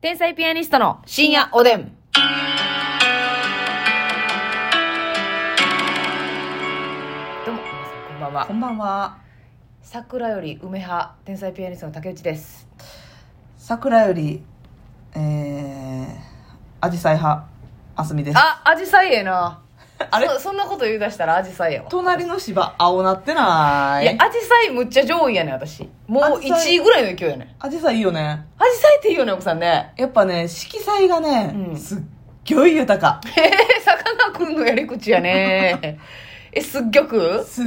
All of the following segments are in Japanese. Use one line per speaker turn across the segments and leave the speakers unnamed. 天才ピアニストの深夜おでん。どうも、皆さんこんばんは
こ。んばんは。
桜より梅派、天才ピアニストの竹内です。
桜より、えー、アジサイ派、あすみです。
あ、アジサイええな。
あれ
そそんなこと言い出したらアジサイやわ。
隣の芝、青なってない
や、
い。
アジサイむっちゃ上位やねん私。もう
アジ
1
サイ
位ぐらいの勢いやねん。
アジサイいいよね。
アジサイっていいよね、奥さんね。
やっぱね、色彩がね、
うん
すっごい 豊か。
へえ、さかなクンのやり口やね。え、すっぎょく
すっ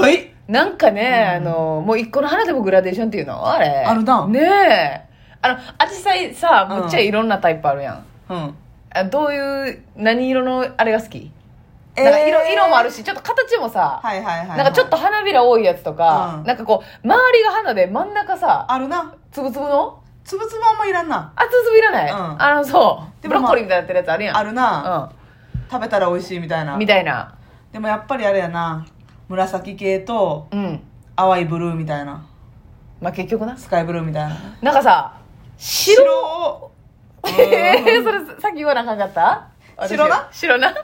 ごい。
なんかね、あの、もう一個の花でもグラデーションっていうのあれ。
あるな
ねえ。あの、アジサイさ、
うん
むっちゃいろんなタイプあるやん。
うん。
あどういう、何色のあれが好き、
え
なんか色、色もある
し。
し、ちょっと形もさ、
はいはいはいはい。
なんかちょっと、花びら多いやつとか、
うん
なんかこう、周りが花で真ん中さ、
あるな。
つぶつぶの
つぶつぶあんまいらんな。
あ、つぶつぶいらない、
うん
あの、そう。
で
ブ
も
ロ
ま
ッ
あ
コリーみたいになってるやつあるやん。
あるな、
う
食べたら美味しいみたいな。
ん。みたいな。
でもやっぱりあれやな。紫系と
うん。
淡いブルーみたいな。
まあ結局な。
スカイブルーみたいな。
なんかさ、白
白を、
えー、それさっき言わなあかんかった私
白な
白な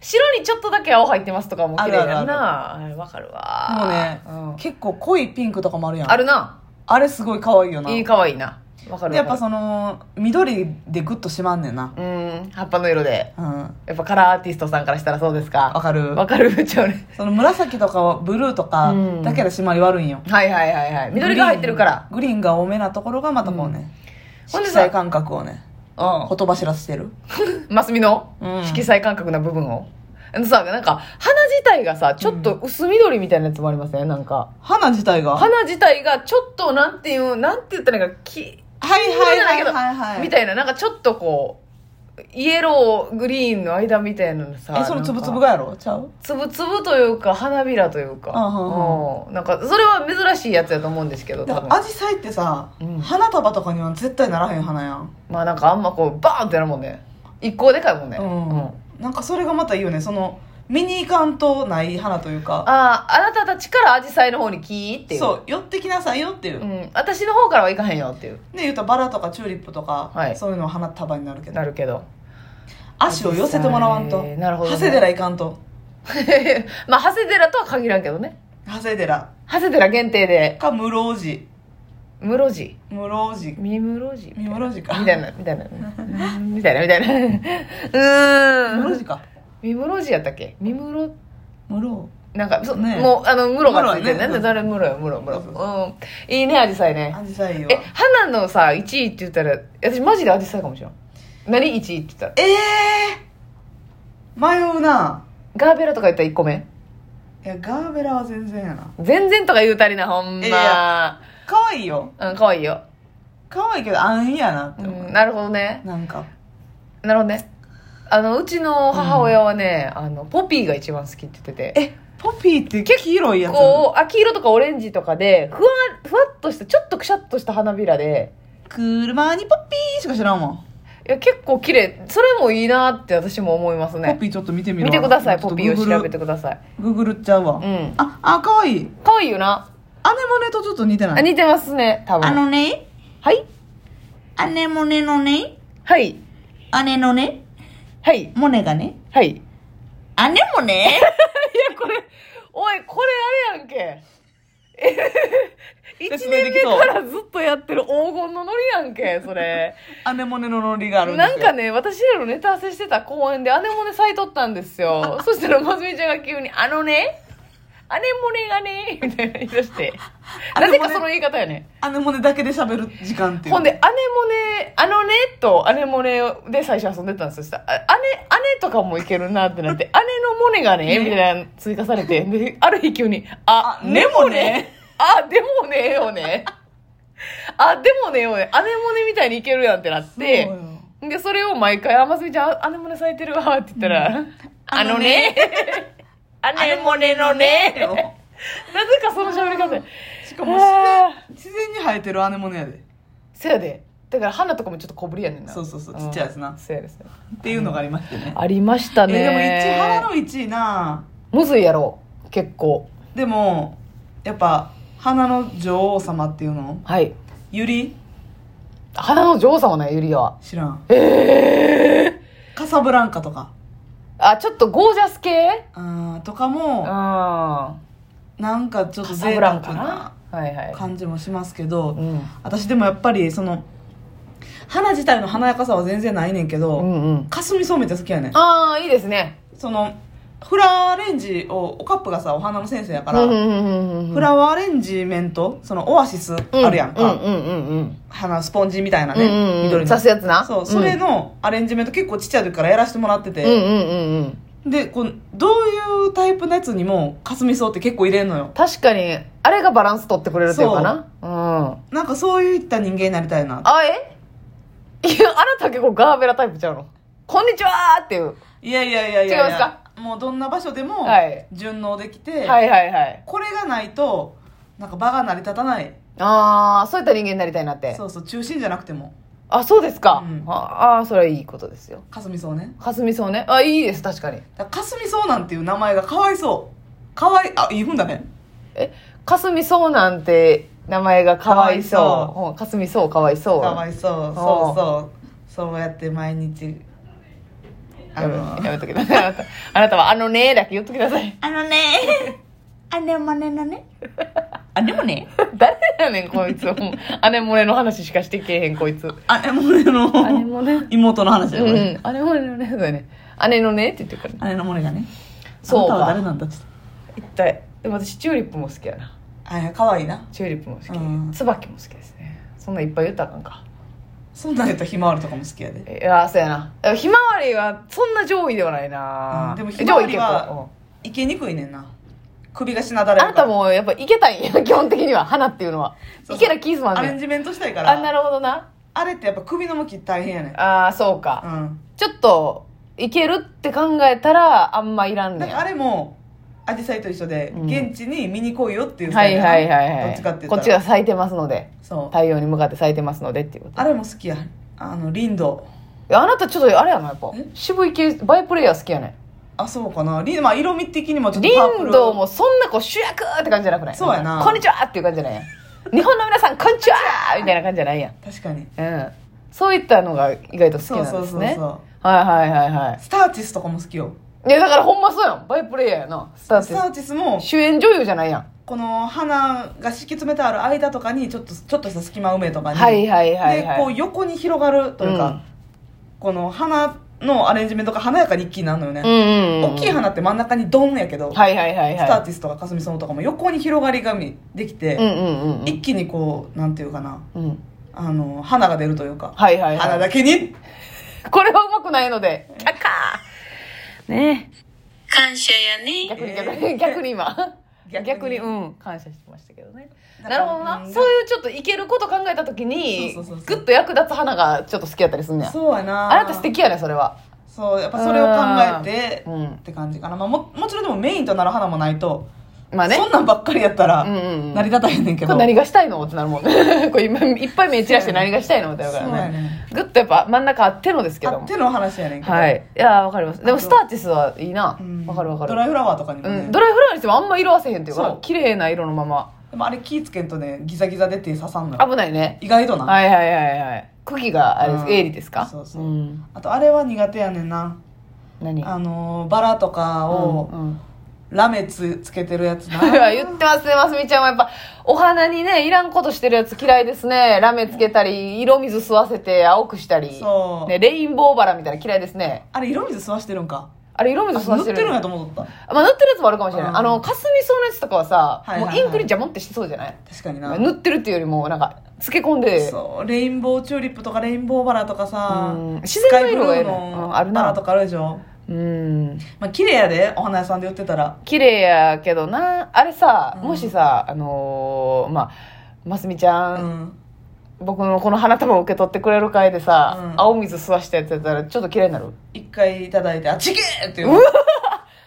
白にちょっとだけ青入ってますとかも綺麗やんな
ある
あれわかるわ
もうね、
うん
結構濃いピンクとかもあるやん
あるな
あれすごい可愛いよない
いかわいいなわかる
でやっぱ
の
その緑でグッとしまんねんな
うん葉っぱの色で
うんわ
やっぱカラーアーティストさんからしたらそうですか
かる
わかるうちはね
その紫とかブルーとか
うん
だけで締まり悪いんよ
はいはいはいはい緑が入ってるから
グリーングリーンが多めなところがまたこうね、
ほんで
色
さ
彩感覚をね
う
ほとばしらせてる
んマスミの
うん
色彩感覚な部分をあのさなんか花自体がさちょっと薄緑みたいなやつもありませんなんか
花自体が
花自体がちょっとなんていうなんて言ったらいいかき
はいはいはいはいはい
みたいななんかちょっとこうイエローグリーンの間みたいなのさ
えそのつぶつぶ
が
がやろちゃう
つぶつぶというか花びらというか
あは
うんなんかそれは珍しいやつやと思うんですけど
だ
多
から
分
アジサイってさ、
うん
花束とかには絶対ならへん花やん
まあなんかあんまこうバーンってなるもんね一個でかいもんね、
うん、なんかそれがまたいいよねその見に行かんとない花というか
あああなたたちからアジサイの方にキーっていう
そう寄ってきなさいよっていう、
う
ね
ん、私の方からはいかへんよっていう
言うとバラとかチューリップとか、
はい
そういうのは花束になるけど
なるけど
足を寄せてもらわんと、
えーなるほどね
長谷寺行かんと
まあ長谷寺とは限らんけどね
長谷寺
長谷寺限定で
か室生寺
室寺
室生寺
三室寺
三室寺か
みたいな、みたいな。みたいな、みたいな。う
室
ー
生
ん。
寺か
ミムロジやったっけミムロ、
室生
なんか、そ
ね
もう、あの、ムロがついてる。
ムロ
な
やね
んで誰ムロや、ムロ、ムロ。
そうそう
うん。いいね、アジサイね。
アジサイは
え、花のさ、1位って言ったら、私マジでアジサイかもしれん。何1位って言ったら。
えー、迷うな
ガーベラとか言ったら1個目。
いやガーベラは全然やな
全然とか言うたりな、ほん
い
ま
や。可愛いよ
うん、可愛いよ。
可愛いけど安易やなっ
う
て思う、
ん、なるほどね。
なんか
なるほどね。あの、うちの母親はね、あの、ポピーが一番好きって言ってて。
えポピーって黄色いやつ
こう秋色とかオレンジとかでふわふわっとしたちょっとくしゃっとした花びらで
車にポッピーしか知らんもん、
いや結構綺麗それもいいなって私も思います
ポ
ね
ピーちょっと見てみろ
見てください
ちょっ
ポ
と
ピーを
ググる
調べてください
ググるっちゃうわ、
うん
ああ可愛いアネ
可愛いよな
モネとちょっと似てな
あ
い
似てますね多分
のね
はい
アネモネのね
はい
姉のね
はい
モネがね
はい いや
姉も ね
これおいこれあれやんけ1
説
年
明でき
目
そう
からずっとやってる黄金のノリやんけそれ
姉もねのノリがあるんです
な
よ
んかね私らのネタ合わせしてた公演で姉もね咲いとったんですよそしたらまつみちゃんが急に「あのね姉もねがね」 みたいな言い出 してなぜかその言い方やね
姉もねだけで喋る時間っていう
ほんで「姉もねあのね」と「姉もね」で最初遊んでたんですよそしたらあ「姉姉とかもいけるな」ってな って「姉のもねがね」みたいな追加されてである日急に「あ
あ
ねも
ねもね
ね」あでもねよねあでもねよね姉もねみたいにいけるやんってなって
そうよ
で、それを毎回、あ、ますみちゃん、あ姉もね咲いてるわ、って言ったら、あ
あ
の
の
ね
ね、
姉もねのね、なぜかその喋り方や。
しかも自然自然に生えてる姉もねやで
せやで。だから、花とかもちょっと小ぶりやねんな。
そうそうそうんちっちゃいやつな
せやですね。
っていうのがありましてね
ありましたね。
えでも一花の1位な
むずいやろ、結構。
でもやっぱ花の女王様っていうの
はい。
ユリ
花の女王様なんやユリアは。
知らん。
ええ
カサブランカとか。
あ、ちょっとゴージャス系
うん、とか
うん。
も、
カ
なんかちょっと
サ
贅
ブラ
沢
ンカな
な。
はいはい。
感じもしますけど、
うん。
私でもやっぱり、その、花自体の華やかさは全然ないねんけ
うん
ど、
うん。
霞そうめんって好きやねん。
ああ、いいですね。
その、フラワーアレンジを、おカップがさ、お花の先生やから、
うんうんうんうん。
フラワーアレンジメント、そのオアシスあるやんか。
うんうんうんうん。
花スポンジみたいなね、
うんうんうん
緑の
刺すやつな
そううんそれのアレンジメント結構ちっちゃい時からやらせてもらって
うんう
て、
んうんうん。
でこうどういうタイプのやつにもかすみ草って結構入れんのよ
確かに、あれがバランス取ってくれるというかな。うん。
なんかそういった人間になりたいな
あ、えいや、あなた結構ガーベラタイプちゃうの。こんにちはーっていう。
いやいやいやいや
違います
かもうどんな場所でも
はい
順応できて、
はいはいはい。
これがないとなんか場が成り立たない
ああ、そういった人間になりたいなって。
そうそう中心じゃなくても
あ、そうですか。
うん
ああー、それはいいことですよ。
かすみ草ね
かすみそうね。あ、いいです、確かに。
だからかすみ草なんていう名前がかわいそうかわいあいいふんだね
え、かすみそうなんて名前がかわい
かわい
そう。うんかすみそうかわいそう。
かわいそうそうそうそうやって毎日あ
やめ
の
やめときな さい。あなたあなたはあのねーだけ言っときなさい。
あの ね姉もねのね姉もね
誰やねん、こいつ。 もう姉もねの話しかしてけえへん、こいつ。
姉もね
姉
の
もね。
妹の話だ
う
よ、これ
ん、姉もねのね、そうだね。姉のねって言ってるからね。
姉のもねがね
そうか
あなたは誰なんだって
一体でも私チューリップも好きやな
あかわいいな
チューリップも好き、
うん
椿も好きですねそんなんいっぱい言ったらあかんか
そんなんやったらひまわりとかも好きやで
いやそうやなでもひまわりはそんな上位ではないな、
うんでもひまわりは
上位結構
いけにくいねんな首がしなだ
うん
れ
あ
る
な
から
たもやっぱいけたいんや 基本的には花っていうのは
そうそう
池田キースマン
アレ
で
ンジメントしたいから
あなるほどな
あれってやっぱ首の向き大変やねん
ああそうか、
うん
ちょっといけるって考えたらあんまいらん
な
ね
ん
ん
かあれもアジサイと一緒で、
うん
現地に見に来いよっていう
はいはいはいはい
どっちかって言った
こ
ら
っちが咲いてますので
そう
太陽に向かって咲いてますのでっていうこと
あれも好きやあのリンド
いやあなたちょっとあれやなやっぱ
え
渋い系バイプレイヤー好きやねん
あそうかなリン、まあ、色味的にもちょっと
リ
パープル
ンドもそんなこう主役って感じじゃなくない
そうやな
こんにちはっていう感じじゃないやん日本の皆さんこんにちはみたいな感じじゃないやん、
確かに
うん、そういったのが意外と好き
そう
なん
そう
です
そう
ね
そ
はいはいはいは
うスターチスとかも好きよ
いいやだからほんまそうやんバイプレイヤーやなスター
ス
テ
ターチスも
主演女優じゃないやん
この花が敷き詰めてある間とかにちょっとちょっとした隙間埋めとかに、
はいはいはい
でこ
は
う
い
横に広がるというか、
うん
この花のアレンジメントが華やかに一気になるのよね、
うんうんうん
大きい花って真ん中にドンやけど、
はいはいはいはい
スターティスとかかすみそのとかも横に広がりができて、
うんうんうん
一気にこうなんていうかな
うんうん
あの花が出るというか、
はいはい
花
は
だけに
いこれはうまくないのでキャッカーね
感謝やね。
逆に
え
逆
ー
に 逆に今
逆に
逆にうん感謝してましたけどね
だ
な
か
る
ら
ほどな、
うん
そういうちょっといけること考えた時に
そうそうそう
グ
そう
ッと役立つ花がちょっと好きやったりすんねや
そうやな
あなた素敵やねそれは
そうやっぱそれを考えて
うんうん
って感じかな、まあ、ももちろんでもメインとなる花もないと、
まあね
そんなんばっかりやったら、
うんうんうん
成り立たへんねんけ
こ
ど
れ何がしたいのってなるもん ねこれ今いっぱい目散らして何がしたいのってなるから
そうや
ね
ね
グッとやっぱ真ん中あってのですけ
あ
ども
っての話やねんけど、
はいいやーわかりますでも
あと
スターチスはいいな
うん
わかるわか
ドライ
る
フラワーとかにも
う
ね、
ん、ドライフラワーにしてもあんま色あせへんっていう
そ
か
う
綺麗な色のまま
でもあれ気ぃつけんとねギザギザ出て刺さんのよ
危ないね
意外とな、
はいはいはいはい茎があれです
うん
鋭利ですか
そうそうんあとあれは苦手やねんな
何
あのーバラとかを、
うん うん
ラメつつけてるやつな
言ってますね、ますみちゃんはやっぱ、お花にね、いらんことしてるやつ嫌いですね。ラメつけたり、色水吸わせて青くしたり。
そう
ね、レインボーバラみたいな嫌いですね。
あれ色水吸わしてるんか
あれ、色水吸
あ
わ
塗
せ
ってて
る。
るんやと思っとった
まあ、塗ってるやつもあるかもしれない。
うん
あの、霞草のやつとかはさ、
はいはいはい
もうインクにジャモンってしてそうじゃない
確かにな
塗ってるっていうよりも、なんか、つけ込んで。
そうレインボーチューリップとかレインボーバラとかさ
うん自
スカ
然
イ
の
ブ
色が
ル
いい
ー
ねうん
の
あるな
バラとかあるでしょ
うん。
まあ綺麗やでお花屋さんで売ってたら
綺麗やけどな、あれさ、
うん
もしさ、あのーまあ、ますみちゃ
うんん
僕のこの花束を受け取ってくれる会でさ、
うん
青水吸わしたやつやったらちょっと嫌いになる
一回いただいて「あちげえ!」って言
う
う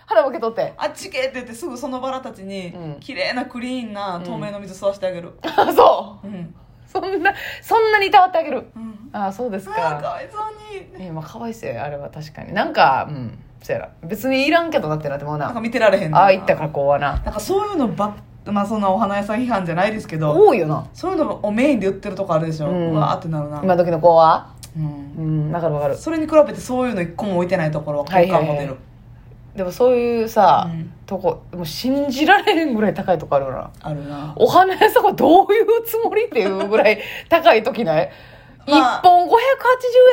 花束受け取って
「あちげえ!」って言ってすぐそのバラたちに
うん
綺麗なクリーンな透明の水吸わしてあげる
あそ
うん
うそんなそんなにいたわってあげる
うん
あそうです
あーか
か
わいそうに
えまあかわいそうやあれは確かになんかうんそうやな別にいらんけどなってなってもう
なんか
な
見てられへん
ああいった
ら
加工はな
なんかそういうのばっまあそんなお花屋さん批判じゃないですけど
多いよな
そういうのをメインで売ってるとこあるでしょ、
う
うんわーってなるな、
今時の子は
うん、
うんわかるわかる
それに比べてそういうの一個も置いてないところは好感も出る、
でもそういうさ、
うん
とこもう信じられへんぐらい高いとこあるよな
あるな
お花屋さんはどういうつもりっていうぐらい高い時ない、
まあ
一本580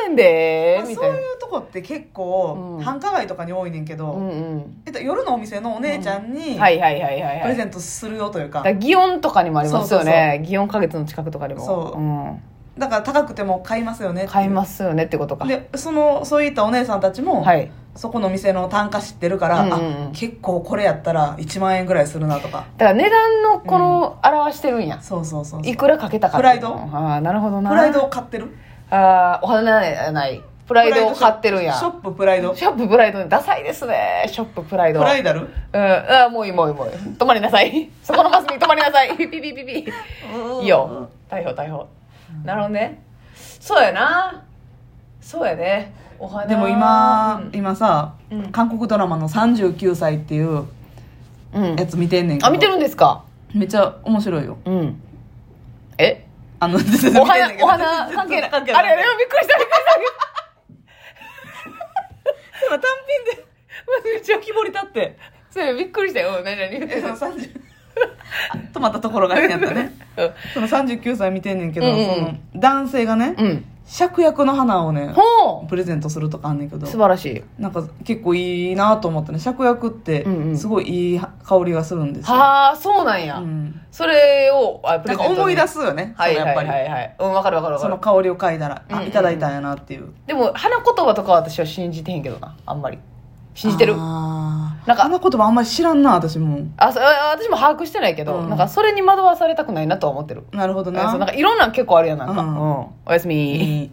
円で
まあ
み
そう
たいな、
いうとこって結構、
うん
繁華街とかに多いねんけど、
うんうん
えっと、夜のお店のお姉ちゃんに、
はいはいはいはい
プ
は
レ
い
ゼントするよというか、
だから祇園とかにもありますよ
そうそう
ね祇園花月の近くとかにも
そう
う、
だから高くても買いますよね
ん、買いますすよねってことか
でそのそういったお姉さんたちも、
はい
そこの店の単価知ってるから、
うんうんうん
あ結構これやったら1万円ぐらいするなとか
だから値段のこの表してるんや、
そうそうそうそう
いくらかけたかっていうの
プライ
ああなるほどな
プライドを買ってる
ああお花やないプライドを買ってるんや
ショッププライド
ショッププライドダサいですねショッププライ
プ
ド
ライダル
うんあーもういいもういいもういい止まりなさ いそこのマスに止まりなさいピピピピピいいよ逮捕逮捕なるほどねそうやなそうやねお花
でも今、今さ、
うん
韓国ドラマの「39歳」っていう
うん、うん
やつ見てんねんけど
あ見てるんですか
めっちゃ面白いよ
うんえ
あの
お花お花関係ない
関係
あ
ない
れあれびっくりしたびっくりした
単品で
めっちゃ浮き彫り立って それびっくりしたよ何何言って
え
た
その30あ 止まったところが変やったねその39歳見てんねんけど、
うんうん
その男性がね、
うんうん
芍薬の花をね
ほ
プレゼントするとかあんねんけ
う
ど
素晴らしい
なんか結構いいなと思ったね芍薬って
うんうん
すごいいい香りがするんですよ、
はあそうなんや、
うん
それをあプ
な
レ
ん
ゼ
か
ント
思い出
す
すよね、
はい
その
は
や
い
っぱ
は
り、
いはいうんわかるわかるわか
そ
る
の香りを嗅いだら、
うんうんうん
あいただいたんやなっていう
でも花言葉とかは私は信じてへんけどなあんまり信じてるあ
あー
なんか
あの言葉あんまり知らんな私も
そあ私も把握してないけど、
うん
なんかそれに惑わされたくないなとは思ってる
なるほど
うんそう
な
なんかいろんな結構あるやんなんか、
う
うんんおやすみ
いい